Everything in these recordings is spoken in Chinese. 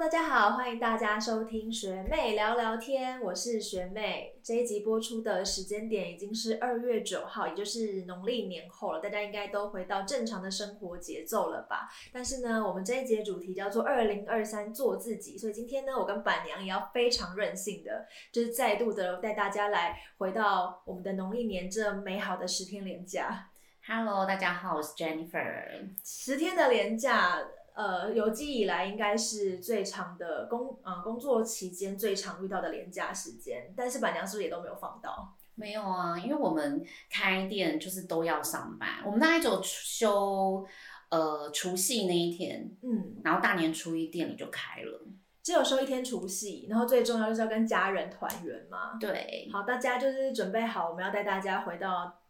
大家好，欢迎大家收听学妹聊聊天，我是学妹。这一集播出的时间点已经是二月九号，也就是农历年后了，大家应该都回到正常的生活节奏了吧？但是呢，我们这一节主题叫做二零二三做自己，所以今天呢，我跟板娘也要非常任性的，就是再度的带大家来回到我们的农历年这美好的十天连假， Hello，大家好，我是 Jennifer。十天的连假。呃，有记以来应该是最长的工呃工作期间最常遇到的连假时间，但是板娘是不是也都没有放到？没有啊，因为我们开店就是都要上班，我们大概只有休呃除夕那一天，嗯，然后大年初一店里就开了。只有休一天除夕，然后最重要就是要跟家人团圆嘛。对，好，大家就是准备好，我们要带大家回到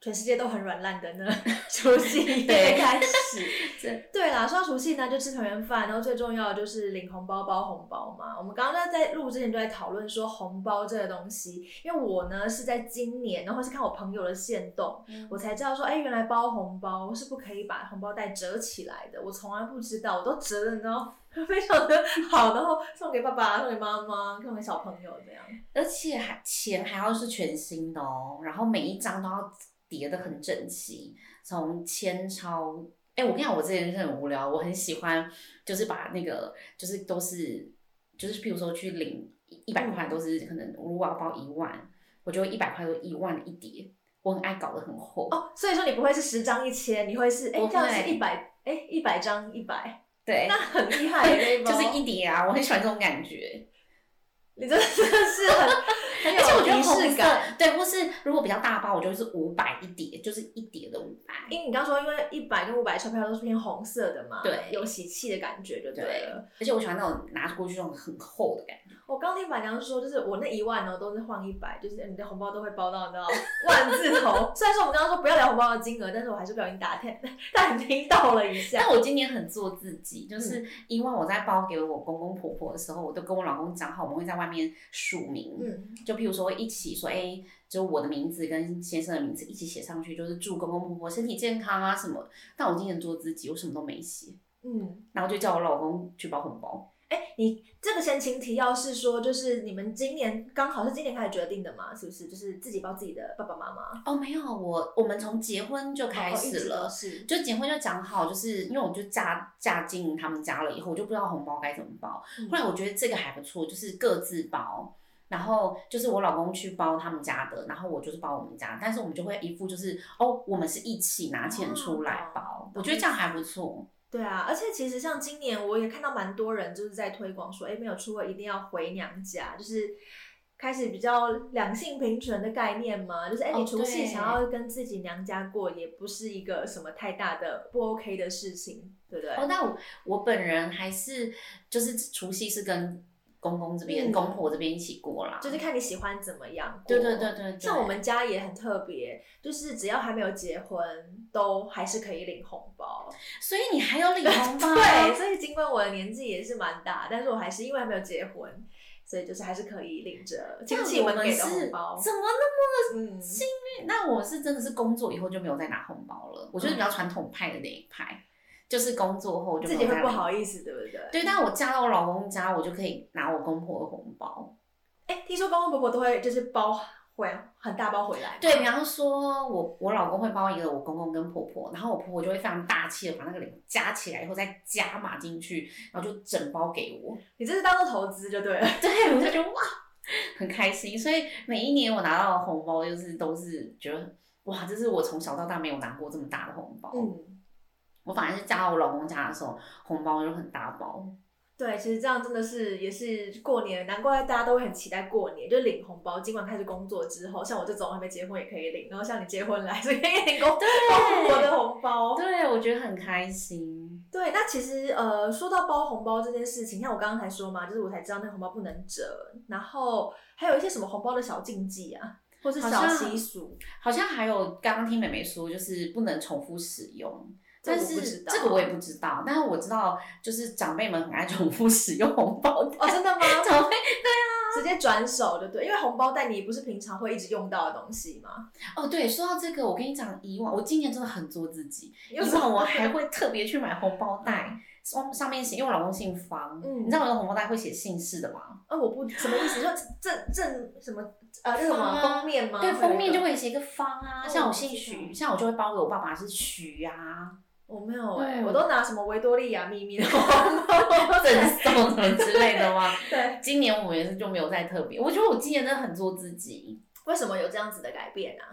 全世界都很软烂的呢 除夕夜对开始。这对啦，说到除夕呢，就吃团圆饭，然后最重要的就是领红包包红包嘛。我们刚刚在录之前就在讨论说红包这个东西，因为我呢是在今年，然后是看我朋友的线动，我才知道说，哎、原来包红包是不可以把红包袋折起来的，我从来不知道，我都折的，然后 非常的好，然后送给爸爸，送给妈妈，送给小朋友这样。而且还钱还要是全新的哦，然后每一张都要叠得很整齐，从千钞。哎、我跟你讲，我之前是很无聊，我很喜欢，就是把那个就是都是就是，譬如说去领一百块，都是可能如果要包一万，我就一百块都一万一叠，我很爱搞得很厚。哦，所以说你不会是十张一千，你会是哎、我这样会是一百哎一百张一 百，对那，很厉害耶，这一包就是一叠啊，我很喜欢这种感觉。你真的是很很 而且我觉有得仪红式色感。，对，或是如果比较大包，我就是五百一叠，就是一叠的五百。因为你刚说，因为一百跟五百钞票都是偏红色的嘛，对有喜气的感觉就对对了。，而且我喜欢那种拿过去那种很厚的感觉。我刚听板娘说，就是我那一万呢哦都是换一百，就是你的红包都会包到你知道万字头。 虽然说我们刚刚说不要聊红包的金额，但是我还是不小心打听，但听到了一下但。我今年很做自己，嗯就是因为我在包给我公公婆婆的时候，我都跟我老公讲好，我们会在外面署名，嗯，就譬如说一起说，哎、就我的名字跟先生的名字一起写上去，就是祝公公婆婆身体健康啊什么。但我今年做自己，我什么都没写，嗯，然后就叫我老公去包红包。哎、你这个先情提要是说，就是你们今年刚好是今年开始决定的嘛，是不是？就是自己包自己的爸爸妈妈哦，没有，我我们从结婚就开始哦了。一直都是就结婚就讲好，就是因为我就嫁嫁进他们家了以后，我就不知道红包该怎么包。嗯后来我觉得这个还不错，就是各自包，然后就是我老公去包他们家的，然后我就是包我们家，但是我们就会一副就是哦，我们是一起拿哦钱出来包，我觉得这样还不错。对啊，而且其实像今年我也看到蛮多人就是在推广说，哎，没有出国一定要回娘家，就是开始比较两性平权的概念嘛，就是哎，哦你除夕对想要跟自己娘家过，也不是一个什么太大的不 OK 的事情，对不对？哦，那我我本人还是就是除夕是跟公公这边、嗯公婆这边一起过啦，就是看你喜欢怎么样过。对对对对对，像我们家也很特别，就是只要还没有结婚，都还是可以领红包。所以你还有领红 包， 对，所以尽管我的年纪也是蛮大，但是我还是因为还没有结婚，所以就是还是可以领着亲戚我们们给是的怎红么包。那嗯，那我是真的是工作以后就没有再拿红包了，我就是比较传统派的那一派，就是工作后就嗯自没有己会再不拿好意思，对不对？对，但我嫁到我老公家，我就可以拿我公婆的红包。哎、听说公公婆婆都会就是包 回很大包回来。啊对，比方说我我老公会包一个我公公跟婆婆，然后我婆婆就会非常大气的把那个零加起来以后再加码进去，然后就整包给我。你这是当做投资就对了。对，我就觉得哇，很开心。所以每一年我拿到的红包，就是都是觉得哇，这是我从小到大没有拿过这么大的红包。嗯，我反而是嫁到我老公家的时候，红包就很大包。对，其实这样真的是也是过年，难怪大家都会很期待过年，就领红包。尽管开始工作之后，像我这种还没结婚也可以领，然后像你结婚来，所以可以领公公婆婆的红包。对，我觉得很开心。对，那其实呃，说到包红包这件事情，像我刚刚才说嘛，就是我才知道那个红包不能折，然后还有一些什么红包的小禁忌啊，或是好小像习俗，好像还有刚刚听妹妹说，就是不能重复使用，这但我不是知道这个我也不知道。但是我知道，就是长辈们很爱重复使用红包袋。 哦，真的吗？长辈对啊，直接转手就对，因为红包袋你不是平常会一直用到的东西嘛。哦，对，说到这个，我跟你讲，以往我今年真的很做自己，嗯以有什么往我还会特别去买红包袋，上上面写，因为我老公姓方，嗯你知道我的红包袋会写姓氏的吗？啊，我不什么意思？你说正正什么呃那什方么啊封面吗？对，封面就会那个。会写一个方啊，哦像我我姓知许，道像我就会包给我爸爸是许 啊，我没有哎、嗯我都拿什么维多利亚秘密的红包 赠袋。 送什么之类的吗？对，今年我也是就没有再特别，我觉得我今年真的很做自己，为什么有这样子的改变啊？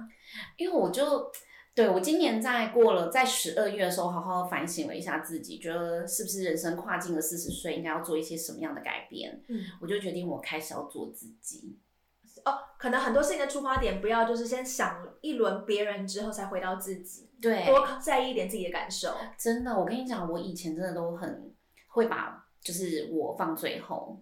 因为我就对我今年在过了在十二月的时候，好好反省了一下自己，觉得是不是人生跨进了四十岁，应该要做一些什么样的改变？嗯，我就决定我开始要做自己。哦，可能很多事情的出发点不要就是先想一轮别人之后才回到自己，对，多在意一点自己的感受。真的，我跟你讲，我以前真的都很会把就是我放最后，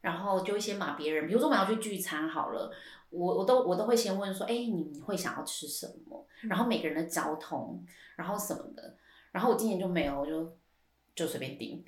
然后就会先把别人，比如说我们要去聚餐好了，我我都我都会先问说，哎、你会想要吃什么？嗯然后每个人的交通，然后什么的，然后我今年就没有，我就就随便订，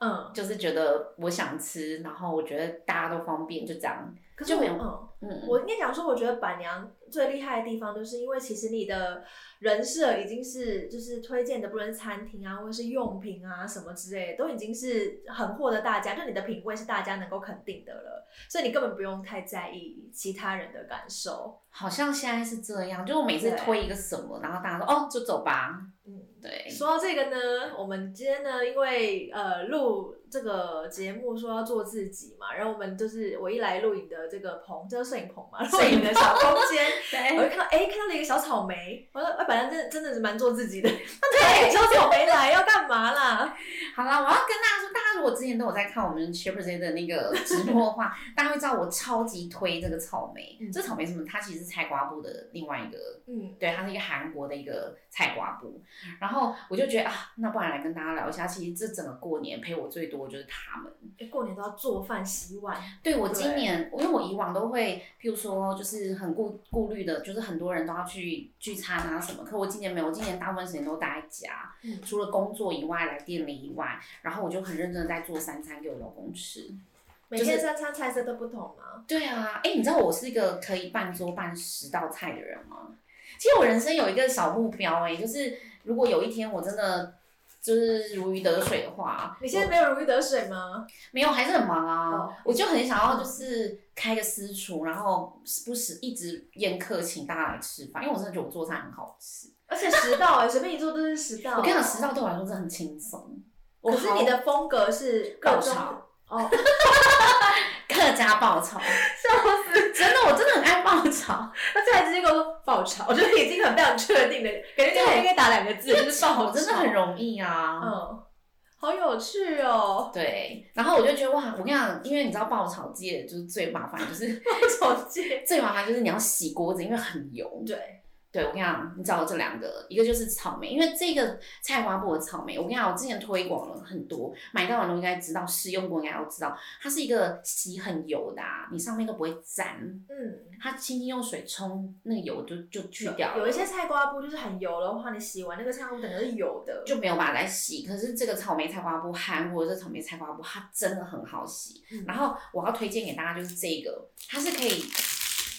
嗯，就是觉得我想吃，然后我觉得大家都方便，就这样，可是就我没有嗯，嗯，我应该讲说，我觉得板娘最厉害的地方，就是因为其实你的人设已经是就是推荐的，不论是餐厅啊，或者是用品啊什么之类的，都已经是很获得大家，就你的品味是大家能够肯定的了，所以你根本不用太在意其他人的感受。好像现在是这样，就我每次对推一个什么，然后大家说哦，就走吧，嗯，对，说到这个呢，我们今天呢，因为呃录这个节目说要做自己嘛，然后我们就是我一来录影的这个棚，这个摄影棚 嘛，录摄影影的小空间，对我就看到哎、诶看到了一个小草莓，我说哎，本来真的真的是蛮做自 己的，那对，小草莓来要干嘛啦？好啦，我要跟大家说，大家如果之前都有在看我们 Shaper J 的那个直播的话，大家会知道我超级推这个草莓。嗯这草莓什么？它其实是菜瓜布的另外一个，嗯，对，它是一个韩国的一个菜瓜布。然后我就觉得啊，那不然来跟大家聊一下，其实这整个过年陪我最多就是他们。诶哎过年都要做饭洗碗，对我对今年，因为我以往都会，譬如说，就是很顾顾虑的，就是很多人都要去聚餐啊什么。可我今年没有，我今年大部分时间都待在家，嗯除了工作以外，来店里以外，然后我就很认真的在做三餐给我老公吃。每天三餐菜色都不同嘛。对啊，哎，你知道我是一个可以半桌半十道菜的人吗？其实我人生有一个小目标、哎，就是如果有一天我真的就是如鱼得水的话，你现在没有如鱼得水吗？没有，还是很忙啊。哦我就很想要，就是开个私厨，然后时不时一直宴客，请大家来吃饭，因为我真的觉得我做菜很好吃。而且食道哎、随便一做都是食道。我跟你讲，食道对我来说真的很轻松。我可是好你的风格是各爆种炒哦，客家爆炒， 笑死！真的，我真的很爱爆炒， 他这还直接跟我说爆炒，我觉得已经很非常确定的，感觉就对应该打两个字，就是爆炒，真的很容易啊。嗯，好有趣 哦，对，然后我就觉得哇，我跟你讲，因为你知道爆炒界就是最麻烦，就是爆炒界，最麻烦就是你要洗锅子，因为很 油。对，对，我跟你讲，你找这两个，一个就是草莓，因为这个菜花布的草莓，我跟你讲，我之前推广了很多，买到的人应该知道，试用过应该都知道，它是一个洗很油的、啊，你上面都不会沾，嗯。它轻轻用水冲那个油就就去掉了有一些菜瓜布就是很油的话，你洗完那个菜瓜布整个是油的，就没有办法再洗。可是这个草莓菜花布，韩国的这草莓菜花布，它真的很好洗。嗯然后我要推荐给大家就是这个，它是可以，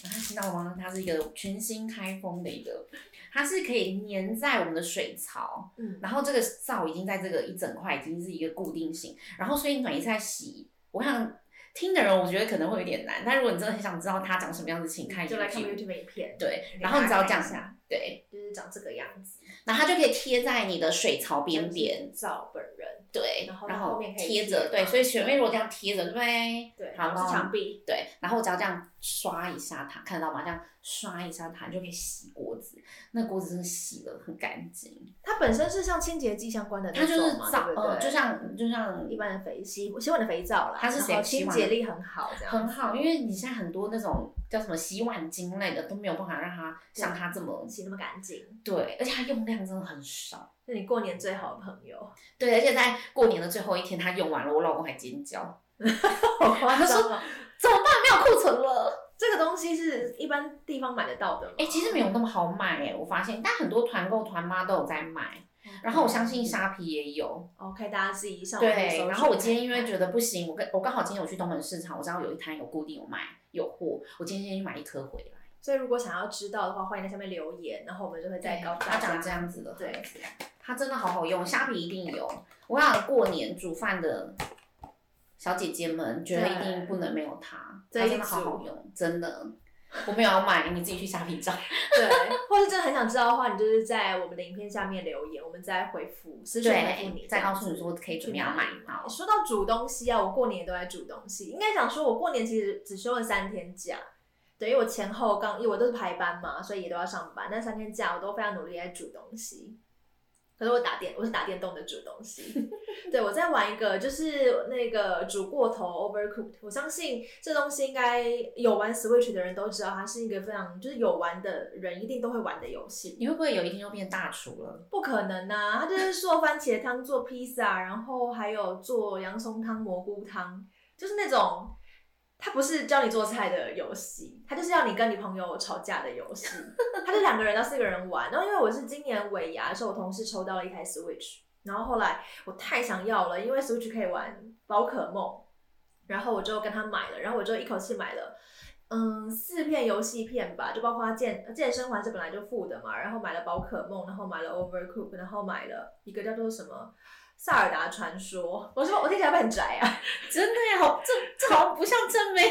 啊听到了吗？它是一个全新开封的一个，它是可以粘在我们的水槽。嗯，然后这个皂已经在这个一整块已经是一个固定型，然后所以你每一次在洗，我想听的人我觉得可能会有点难，但如果你真的很想知道它长什么样子，请看就来看 YouTube YouTube 影片，对你可，以然后你只要这样看一下，对，就是长这个样子，然后它就可以贴在你的水槽边边，照本人，对，然后然后后面可以贴贴着，对，嘛所以学妹如果这样贴着，对不对，对，好哦是墙壁，对，然后我只要这样刷一下它，看得到吗？这样刷一下它，你就可以洗锅子，那锅子真的洗了很干净，它本身是像清洁剂相关的它那就种是嘛，皂，对不呃，对？就像就像一般的肥洗洗碗的肥皂啦，它是然谁后洗清碗洁力很好，这样很子好，因为你现在很多那种叫什么洗碗巾类的都没有办法让它像它这么洗那么干净，对，而且它用量真的很少。是你过年最好的朋友，对，而且在过年的最后一天，它用完了，我老公还尖叫， 好夸他说张哦！怎么办？没有库存了。 这个东西是一般地方买得到的吗？哦哎、其实没有那么好买哎、我发现，但很多团购团妈都有在卖，然后我相信虾皮也有， OK，大家自己上网搜对。寻然后我今天因为觉得不行，我跟我刚好今天有去东门市场，我知道有一摊有固定有卖有货，我今天先去买一颗回来。所以如果想要知道的话，欢迎在下面留言，然后我们就会再告诉它大长家。这样子的，对，它真的好好用，虾皮一定有。我想过年煮饭的小姐姐们，觉得一定不能没有它，这它一真的好好用，真的。我没有要买，你自己去虾皮找。对， 或是真的很想知道的话，你就是在我们的影片下面留言，我们再回复私信回复对你，，再告诉你说可以怎么样买这样到。子。说到煮东西啊，我过年也都在煮东西。应该想说，我过年其实只休了三天假，对，因为我前后刚，因为我都是排班嘛，所以也都要上班。那三天假我都非常努力在煮东西。可是我打电，我是打电动的煮东西。 对，我在玩一个，就是那个煮过头 （overcooked）。我相信这东西应该有玩 Switch 的人都知道，它是一个非常就是有玩的人一定都会玩的游戏。你会不会有一天就变大厨了？不可能呐、他就是做番茄汤、做披萨，然后还有做洋葱汤、蘑菇汤，就是那种他不是教你做菜的游戏，他就是要你跟你朋友吵架的游戏。他就两个人到四个人玩，然后因为我是今年尾牙的时候，我同事抽到了一台 Switch，然后后来我太想要了，因为 Switch 可以玩宝可梦，然后我就跟他买了，然后我就一口气买了。嗯，四片游戏片吧，就包括健呃健身环是本来就付的嘛，然后买了宝可梦，然后买了 Overcook，然后买了一个叫做什么萨尔达传说。我说我听起来会不会很宅啊， 真的呀，好这这好像不像正妹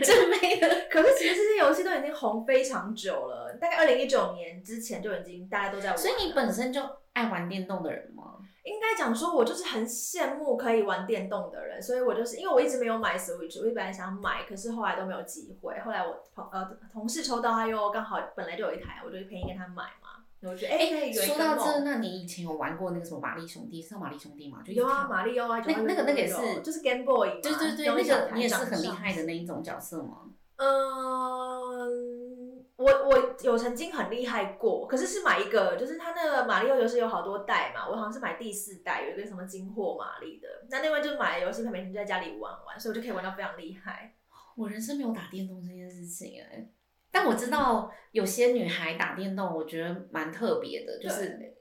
正妹的。 可是其实这些游戏都已经红非常久了，大概二零一九年之前就已经大家都在玩了。所以你本身就爱玩电动的人吗？应该讲说，我就是很羡慕可以玩电动的人，所以我就是因为我一直没有买 Switch，我本来想买，可是后来都没有机会。后来我朋呃同事抽到，他又刚好本来就有一台，我就便宜跟他买嘛。我就觉得哎、可以圆一说个到这，梦。那你以前有玩过那个什么玛丽兄弟？是叫玛丽兄弟吗？就一直有啊，跳马里奥啊，那个那个那个也九九九是就是 Game Boy，嘛对对对，用那小个台你也是掌很厉上害的那一种角色吗？嗯，我我有曾经很厉害过，可是是买一个，就是它那个马里奥游戏有好多代嘛，我好像是买第四代，有一个什么金货玛丽的，那另外就买了游戏，它每天就在家里玩玩，所以我就可以玩到非常厉害。我人生没有打电动这件事情哎、但我知道有些女孩打电动，我觉得蛮特别的，就是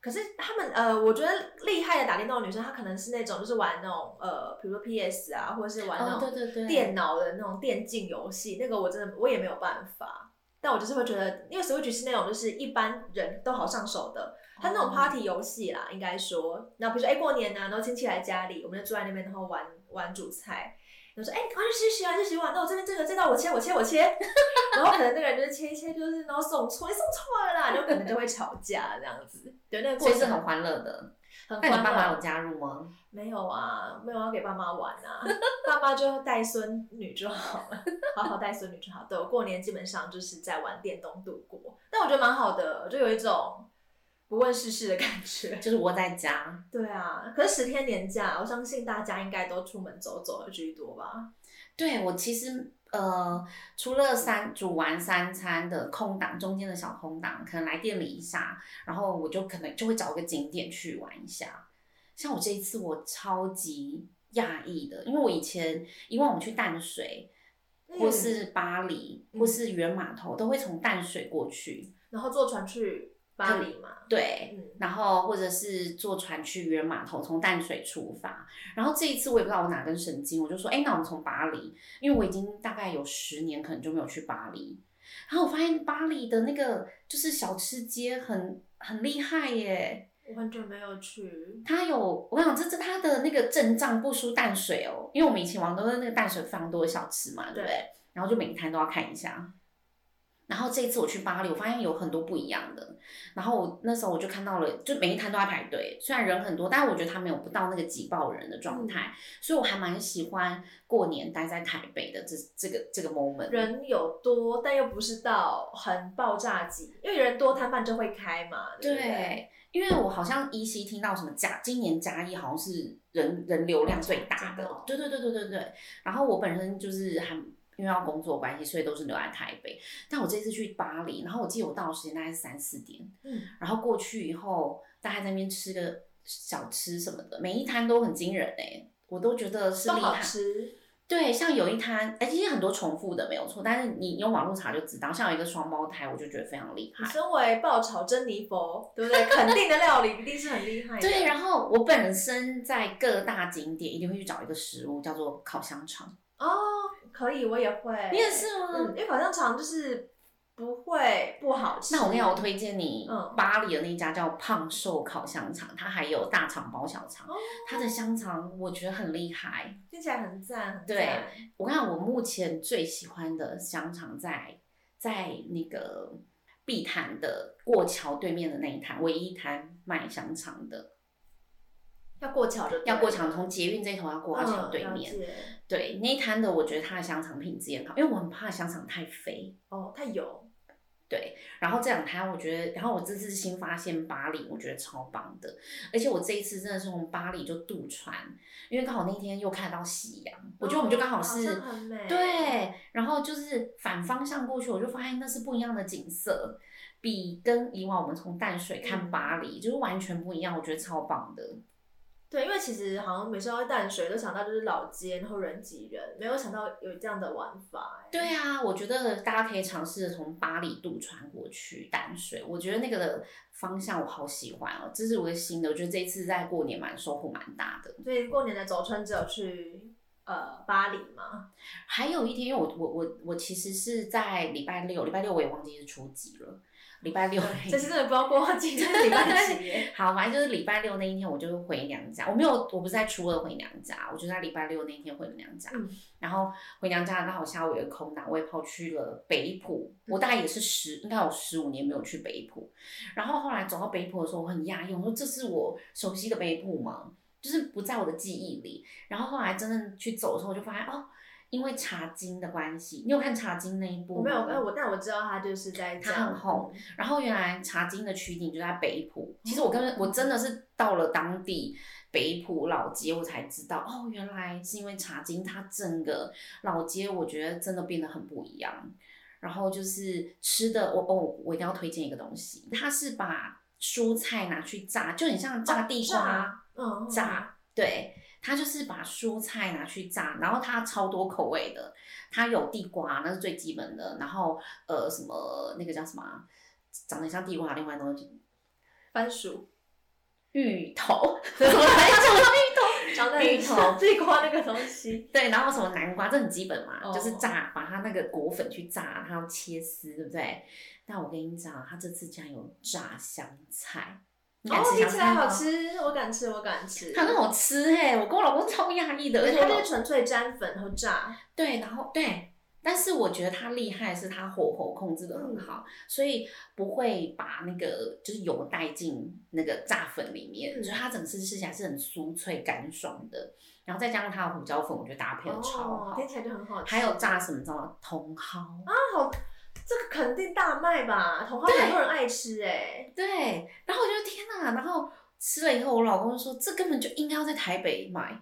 可是他们呃，我觉得厉害的打电动的女生，她可能是那种就是玩那种呃，比如说 PS 啊，或者是玩那哦，种对对对，电脑的那种电竞游戏，那个我真的我也没有办法。但我就是会觉得，因为 Switch 是那种就是一般人都好上手的，它那哦种 party 游戏啦，应该说，那比如说哎、过年呐、然后亲戚来家里，我们就坐在那边，然后玩玩煮菜。然后说哎，赶快去洗洗碗，去洗碗。那我这边这个这道我切我切我 切，然后可能那个人就是切一切，就是然后送错，哎你送错了啦，然后可能就会吵架这样子。对，那个所过以是程很欢乐的。很那你欢爸乐啊妈有加入吗？没有啊，没有要给爸妈玩啊， 爸妈就带孙女就好了， 好好带孙女就好。对我过年基本上就是在玩电动度过，但我觉得蛮好的，就有一种不问世事的感觉。 就是窝在家，对啊，可是十天年假，我相信大家应该都出门走走的居多吧？对我其实呃，除了三煮完三餐的空档，中间的小空档，可能来店里一下，然后我就可能就会找个景点去玩一下。像我这一次，我超级讶异的，因为我以前以往我们去淡水，或嗯是巴黎，嗯或是原码头，都会从淡水过去。然后坐船去巴黎嘛，对，嗯，然后或者是坐船去原码头，从淡水出发。然后这一次我也不知道我哪根神经，我就说，哎，那我们从巴黎，因为我已经大概有十年可能就没有去巴黎。然后我发现巴黎的那个就是小吃街很很厉害耶，我很久没有去，它有我想这这它的那个阵仗不输淡水哦，因为我们以前玩都是那个淡水非常多的小吃嘛，对不对？对然后就每一摊都要看一下。然后这一次我去巴黎，我发现有很多不一样的。然后我那时候我就看到了，就每一摊都在排队，虽然人很多，但是我觉得他没有不到那个挤爆人的状态，所以我还蛮喜欢过年待在台北的这这个这个 moment。人有多，但又不是到很爆炸级，因为人多摊贩就会开嘛，对不对？对，因为我好像依稀听到什么嘉，今年嘉义好像是人人流量最大真的的哦，对对对对对对。然后我本身就是还因为要工作关系，所以都是留在台北。但我这次去巴黎，然后我记得我到的时间大概是三四点，嗯，然后过去以后，大概在那边吃个小吃什么的，每一摊都很惊人哎、我都觉得是都厉好害。吃，对，像有一摊，哎，其实很多重复的没有错，但是你用网络查就知道，像有一个双胞胎，我就觉得非常厉你害。身为爆炒珍妮佛，对不对？肯定的料理一定是很厉害的。对，然后我本身在各大景点一定会去找一个食物，叫做烤香肠。哦，可以，我也会。你也是吗？嗯，因为烤香肠就是不会不好吃。那我跟你讲，我推荐你嗯巴黎的那家叫胖瘦烤香肠，它还有大肠包小肠，哦它的香肠我觉得很厉害。听起来很赞，很对赞。我看我目前最喜欢的香肠在在那个碧潭的过桥对面的那一摊，唯一一摊卖香肠的，要过桥就对要过桥从捷运这头要过到桥对嗯面。了解对那一摊的，我觉得它的香肠品质也很好，因为我很怕香肠太肥。哦，它有对，然后这两摊我觉得，然后我这次新发现巴黎，我觉得超棒的，而且我这一次真的是从巴黎就渡船，因为刚好那天又看到夕阳，我觉得我们就刚好是、哦好像很美对，然后就是反方向过去，我就发现那是不一样的景色，比跟以往我们从淡水嗯看巴黎、就是完全不一样，我觉得超棒的。对，因为其实好像每次到淡水都想到就是老街，然后人挤人，没有想到有这样的玩法。哎，对啊，我觉得大家可以尝试着从巴黎渡船过去淡水，我觉得那个的方向我好喜欢哦，这是我的新的，我觉得这一次在过年蛮收获蛮大的。所以过年的走春只有去呃巴黎嘛，还有一天，因为我我我我其实是在礼拜六，礼拜六我也忘记是初几了，礼拜六那一这天是真的不知道过今天是礼拜几 耶。好，反正就是礼拜六那一天，我就回娘家。我没有，我不是在初二回娘家，我就在礼拜六那一天回了娘家。嗯然后回娘家刚好下午有个空档，我也跑去了北浦。嗯我大概也是十，应该有十五年没有去北浦。然后后来走到北浦的时候，我很讶异，我说这是我熟悉的北浦吗？就是不在我的记忆里。然后后来真正去走的时候，我就发现哦，因为茶经的关系，你有看茶经那一部吗？我没有，哎，我但我知道他就是在他讲很红，然后原来茶经的取景就在北浦，其实我跟我真的是到了当地北浦老街，我才知道哦，原来是因为茶经它整个老街，我觉得真的变得很不一样。然后就是吃的，我哦，我一定要推荐一个东西，它是把蔬菜拿去炸，就很像炸地瓜、嗯，嗯炸，对，它就是把蔬菜拿去炸，然后它超多口味的，它有地瓜，那是最基本的，然后呃什么那个叫什么啊，长得像地瓜，另外东西番薯，芋头，怎么还讲到芋头？长得芋头地瓜那个东西，对，然后什么南瓜，这很基本嘛，哦就是炸，把它那个果粉去炸，然后切丝，对不对？但我跟你讲，它这次竟然有炸香菜， 你哦敢，吃听香起菜来吗？好吃，我敢吃，我敢吃。它很好吃嘿、我跟我老公超压抑的，而对，且它我就老是纯粹沾粉和炸，对，然后对，但是我觉得他厉害的是他火候控制的嗯很好，所以不会把那个就是油带进那个炸粉里面，嗯所以它整个吃起来是很酥脆干爽的。然后再加上它的胡椒粉，我觉得搭配的超哦好。，听起来就很好吃。还有炸什么，你知道吗？茼蒿啊，这个肯定大卖吧，茼蒿对很多人爱吃哎，对。然后我就天哪，然后吃了以后，我老公就说这根本就应该要在台北买。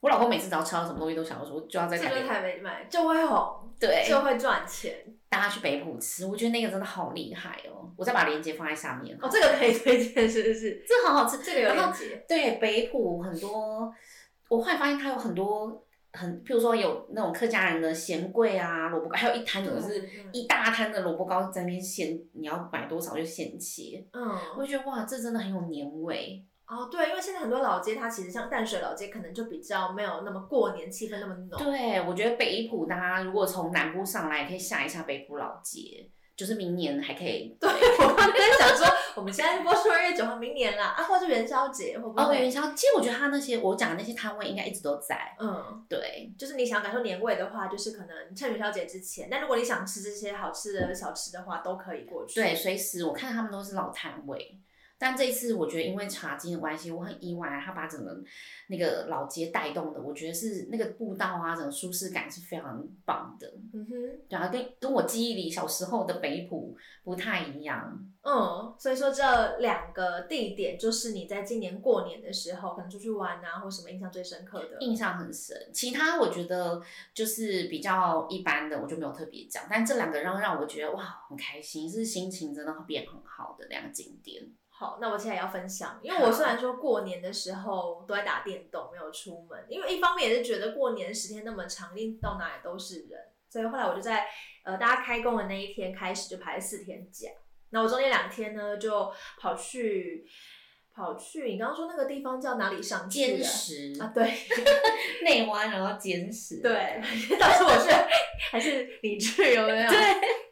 我老公每次只要吃到什么东西，都想要说就要在这台北个买。台北卖就会红，对，就会赚钱。大家去北浦吃，我觉得那个真的好厉害哦！我再把链接放在下面哦，这个可以推荐，是不是？这好好吃。这个有然链后接，对北浦很多，我后来发现它有很多很，譬如说有那种客家人的咸桂啊、萝卜糕，还有一摊有的是嗯嗯一大摊的萝卜糕在那边现，你要买多少就现切。我嗯，会觉得哇，这真的很有年味。哦，对，因为现在很多老街，它其实像淡水老街，可能就比较没有那么过年气氛那么浓。对，我觉得北浦大家如果从南部上来，可以下一下北浦老街，就是明年还可以。对，我刚才想说，我们现在播出二月九号，明年啦，啊，或是元宵节，会不哦，元会？宵，其实我觉得它那些我讲的那些摊位应该一直都在。嗯，对，就是你想感受年味的话，就是可能趁元宵节之前。但如果你想吃这些好吃的小吃的话，都可以过去。对，随时我看他们都是老摊位，但这一次我觉得因为茶经的关系，我很意外，他把整个那个老街带动的，我觉得是那个步道啊，整个舒适感是非常棒的。嗯哼，对啊，跟跟我记忆里小时候的北浦不太一样。嗯，所以说这两个地点就是你在今年过年的时候，可能出去玩啊，或什么印象最深刻的。印象很深。其他我觉得就是比较一般的，我就没有特别讲。但这两个让让我觉得哇，很开心，是心情真的变很好的两个景点。啊好，那我现在也要分享，因为我虽然说过年的时候都在打电动，没有出门，因为一方面也是觉得过年十天那么长，一定到哪里都是人，所以后来我就在呃大家开工的那一天开始就排了四天假，那我中间两天呢就跑去跑去你刚刚说那个地方叫哪里上去坚的实啊？对内湾，然后坚实，对，到底是我去 还是你去有没有？对，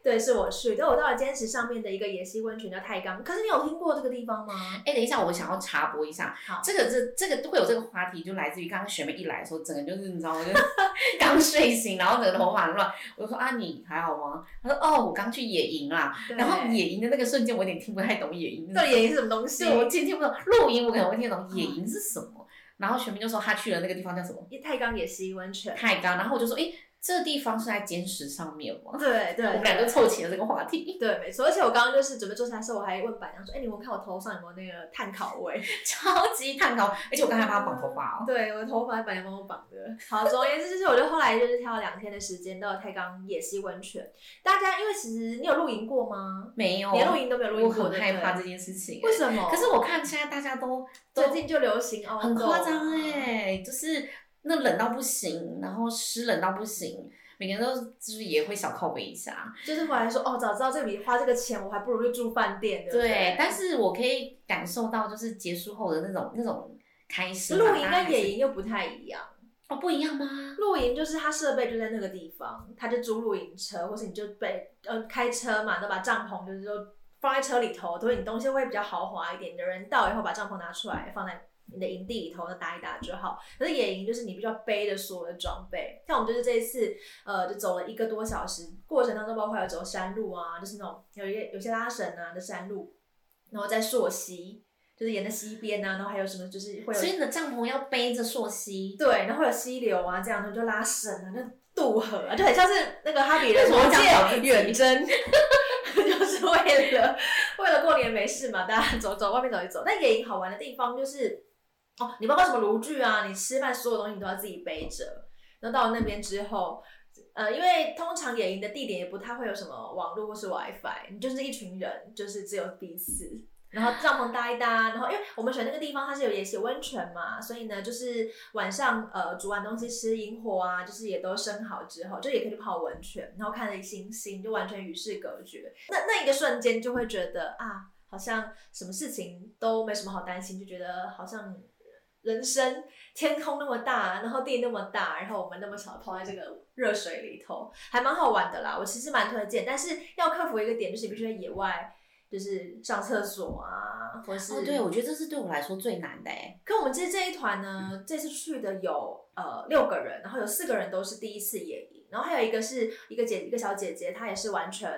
对，是我去，但我到了坚持上面的一个野溪温泉叫太钢，可是你有听过这个地方吗？哎，等一下，我想要插播一下，好，这个这这个会有这个话题，就来自于刚刚学妹一来的时候，整个就是你知道吗？ 就是刚睡醒，然后整个头发很乱。我就说啊，你还好吗？她说哦，我刚去野营啦。对然后野营的那个瞬间，我有点听不太懂野营。到底野营是嗯什么东西？对，我听听不懂。露营我可能会听得懂，野营是什么？然后学妹就说她去了那个地方叫什么太钢野溪温 泉。太钢，然后我就说诶，这地方是在坚石上面吗？ 对对，我们俩就对凑齐了这个话题， 对，没错。而且我刚刚就是准备坐下来的时候，我还问板娘说：“哎、你闻看我头上有没有那个碳烤味 超级探讨，而且我刚才帮她绑头发？”哦。对，我的头发板娘帮我绑的。好，总而言之，就是我就后来就是挑了两天的时间到太钢野溪温泉。大家因为其实你有露营过吗？没有，连露营都没有露营我过，很对不害怕这对件事情、为什么？可是我看现在大家都都最近就流行哦，很夸张哎，就是那冷到不行，然后湿冷到不行，每个人都就是也会小靠背一下。就是回来说哦，早知道这里花这个钱，我还不如就住饭店，对不对，但是是我可以感受到就是结束后的那种那种开心吧。露营大家跟还是野营又不太一样。哦不一样吗？露营就是它设备就在那个地方，它就租露营车，或是你就被呃开车嘛，都把帐篷就是说放在车里头，所以你东西会比较豪华一点。你的人到以后把帐篷拿出来放在你的营地里头，搭一搭就好。可是野营就是你必须要背着所有的装备，像我们就是这一次呃就走了一个多小时，过程当中包括有走山路啊，就是那种有一些有些拉绳啊的山路，然后在溯溪，就是沿着溪边啊，然后还有什么就是 会有所以你的帐篷要背着溯溪。对，然后有溪流啊，这样你就拉绳啊，那渡河啊，就很像是那个哈比人为什么魔这样搞自界己远征， 就是为了为了过年没事嘛，大家走走外面走一走。但野营好玩的地方就是，哦，你包括什么炉具啊，你吃饭所有东西你都要自己背着。然后到了那边之后。呃，因为通常野营的地点也不太会有什么网络或是 WiFi，你就是一群人，就是只有彼此，然后帐篷搭一搭，然后因为我们选那个地方它是有也是有温泉嘛，所以呢，就是晚上呃煮完东西吃萤火啊，就是也都生好之后，就也可以去泡温泉，然后看了星星，就完全与世隔绝。那那一个瞬间就会觉得啊，好像什么事情都没什么好担心，就觉得好像人生天空那么大，然后地那么大，然后我们那么小，泡在这个热水里头，还蛮好玩的啦。我其实蛮推荐，但是要克服一个点就是你必须在野外。就是上厕所啊，或是、哦，对，我觉得这是对我来说最难的哎。可我们其实这一团呢，这次去的有呃六个人，然后有四个人都是第一次野营，然后还有一个是一个姐一个小姐姐，她也是完全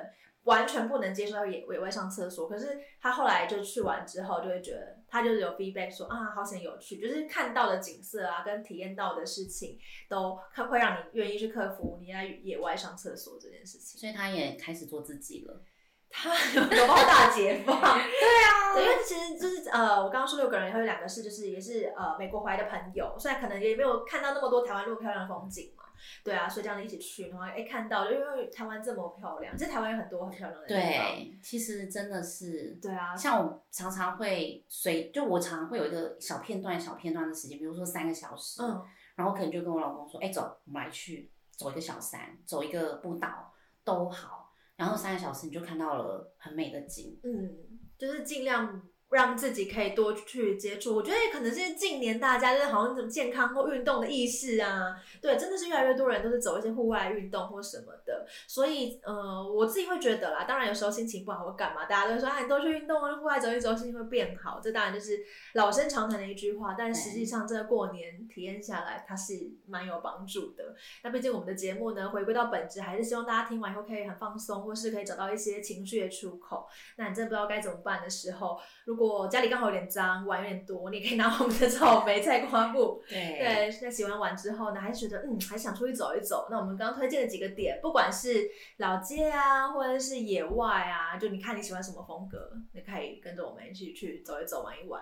完全不能接受到野野外上厕所，可是她后来就去完之后，就会觉得她就是有 feedback 说啊，好想有趣，就是看到的景色啊，跟体验到的事情都看会让你愿意去克服你在野外上厕所这件事情。所以他也开始做自己了。 她有帮大解放。对，因对啊为其实就是呃，我刚刚说六个人，还有两个是就是也是呃美国回来的朋友，虽然可能也没有看到那么多台湾那么漂亮的风景嘛，对啊，所以这样一起去，然后哎看到，因为台湾这么漂亮，其实台湾有很多很漂亮的地方，对，其实真的是对啊，像我常常会随，就我常常会有一个小片段、小片段的时间，比如说三个小时，嗯，然后可能就跟我老公说，哎、走，我们来去走一个小山，走一个步道都好，然后三个小时你就看到了很美的景，嗯，就是尽量让自己可以多去接触。我觉得也可能是近年大家就是好像什么健康或运动的意识啊，对，真的是越来越多人都是走一些户外运动或什么的。所以呃，我自己会觉得啦，当然有时候心情不好或干嘛，大家都会说啊，你多去运动啊，户外走一走，心情会变好。这当然就是老生常谈的一句话，但实际上这个过年体验下来，它是蛮有帮助的。那毕竟我们的节目呢，回归到本质，还是希望大家听完以后可以很放松，或是可以找到一些情绪的出口。那你真的不知道该怎么办的时候，如果家里刚好有点脏，碗有点多，你也可以拿我 们的草莓菜瓜布。对对，那洗完碗之后呢，还是觉得嗯，还想出去走一走。那我们刚刚推荐的几个点，不管是老街啊，或者是野外啊，就你看你喜欢什么风格，你可以跟着我们一起去走一走、玩一玩。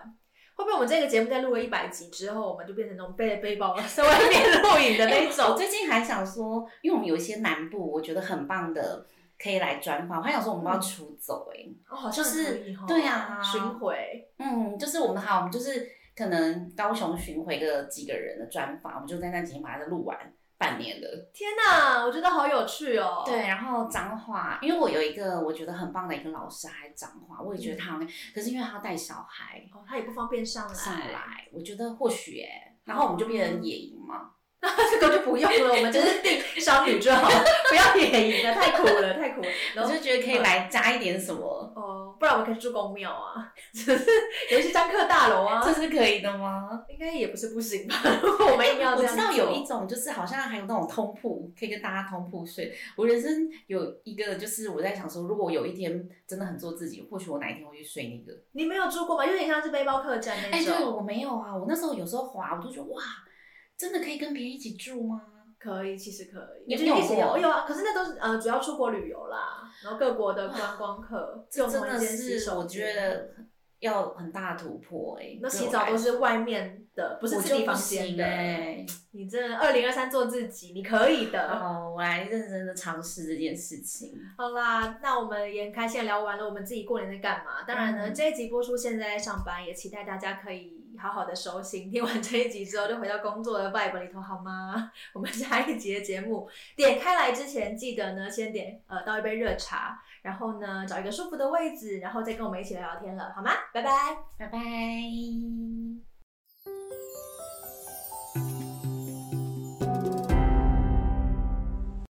会不会我们这个节目在录了一百集之后，我们就变成那种背着背包在外 面露营的那我种？最近还想说，因为我们有一些南部我觉得很棒的可以来专访。我还想说我嗯们要出走哎、哦，好就像是可以哦对啊巡回，嗯，就是我们好，我们就是可能高雄巡回个几个人的专访，我们就在那几天把它录完，半年的。天哪，我觉得好有趣哦。对，，然后彰化，因为我有一个我觉得很棒的一个老师，还彰化，我也嗯觉得他好像，可是因为他带小孩哦，他也不方便上来，嗯上来，我觉得或许哎、然后我们就变成野营嘛， 这个就不用了，我们就是 定商女就好， 不要野营了，太苦了，太 苦了。然我后嗯就觉得可以来加一点什么，哦，不然我们可以去住公庙啊，就是有一些香客大楼啊这，是可以的吗？应该也不是不行吧？如果我们硬要这我样知做，道有一种就是好像还有那种通铺，可以跟大家通铺睡。我人生有一个就是我在想说，如果我有一天真的很做自己，或许我哪一天会去睡那个。你没有住过吗？有点像是背包客栈那哎，对种，我没有啊，我那时候有时候滑，我就觉得哇，真的可以跟别人一起住吗？可以，其实可以，你就是一起有过聊哦有啊，可是那都是呃主要出国旅游啦，然后各国的观光客啊这用真同的一间洗是手我觉间得要很大的突破哎、那对洗我澡来都说是外面的，不是我自就己不房间行的。哎你这二零二三做自己，你可以的。哦，我来认真的尝试这件事情。好啦，那我们也很开心地聊完了我们自己过年在干嘛。当然呢，嗯这一集播出现在在上班，也期待大家可以好好的收心，听完这一集之后就回到工作的 vibe 里头，好吗？ 我们下一集的节目点开来之前，记得呢先点呃倒一杯热茶，然后呢找一个舒服的位置，然后再跟我们一起聊聊天了，好吗？拜拜。拜拜。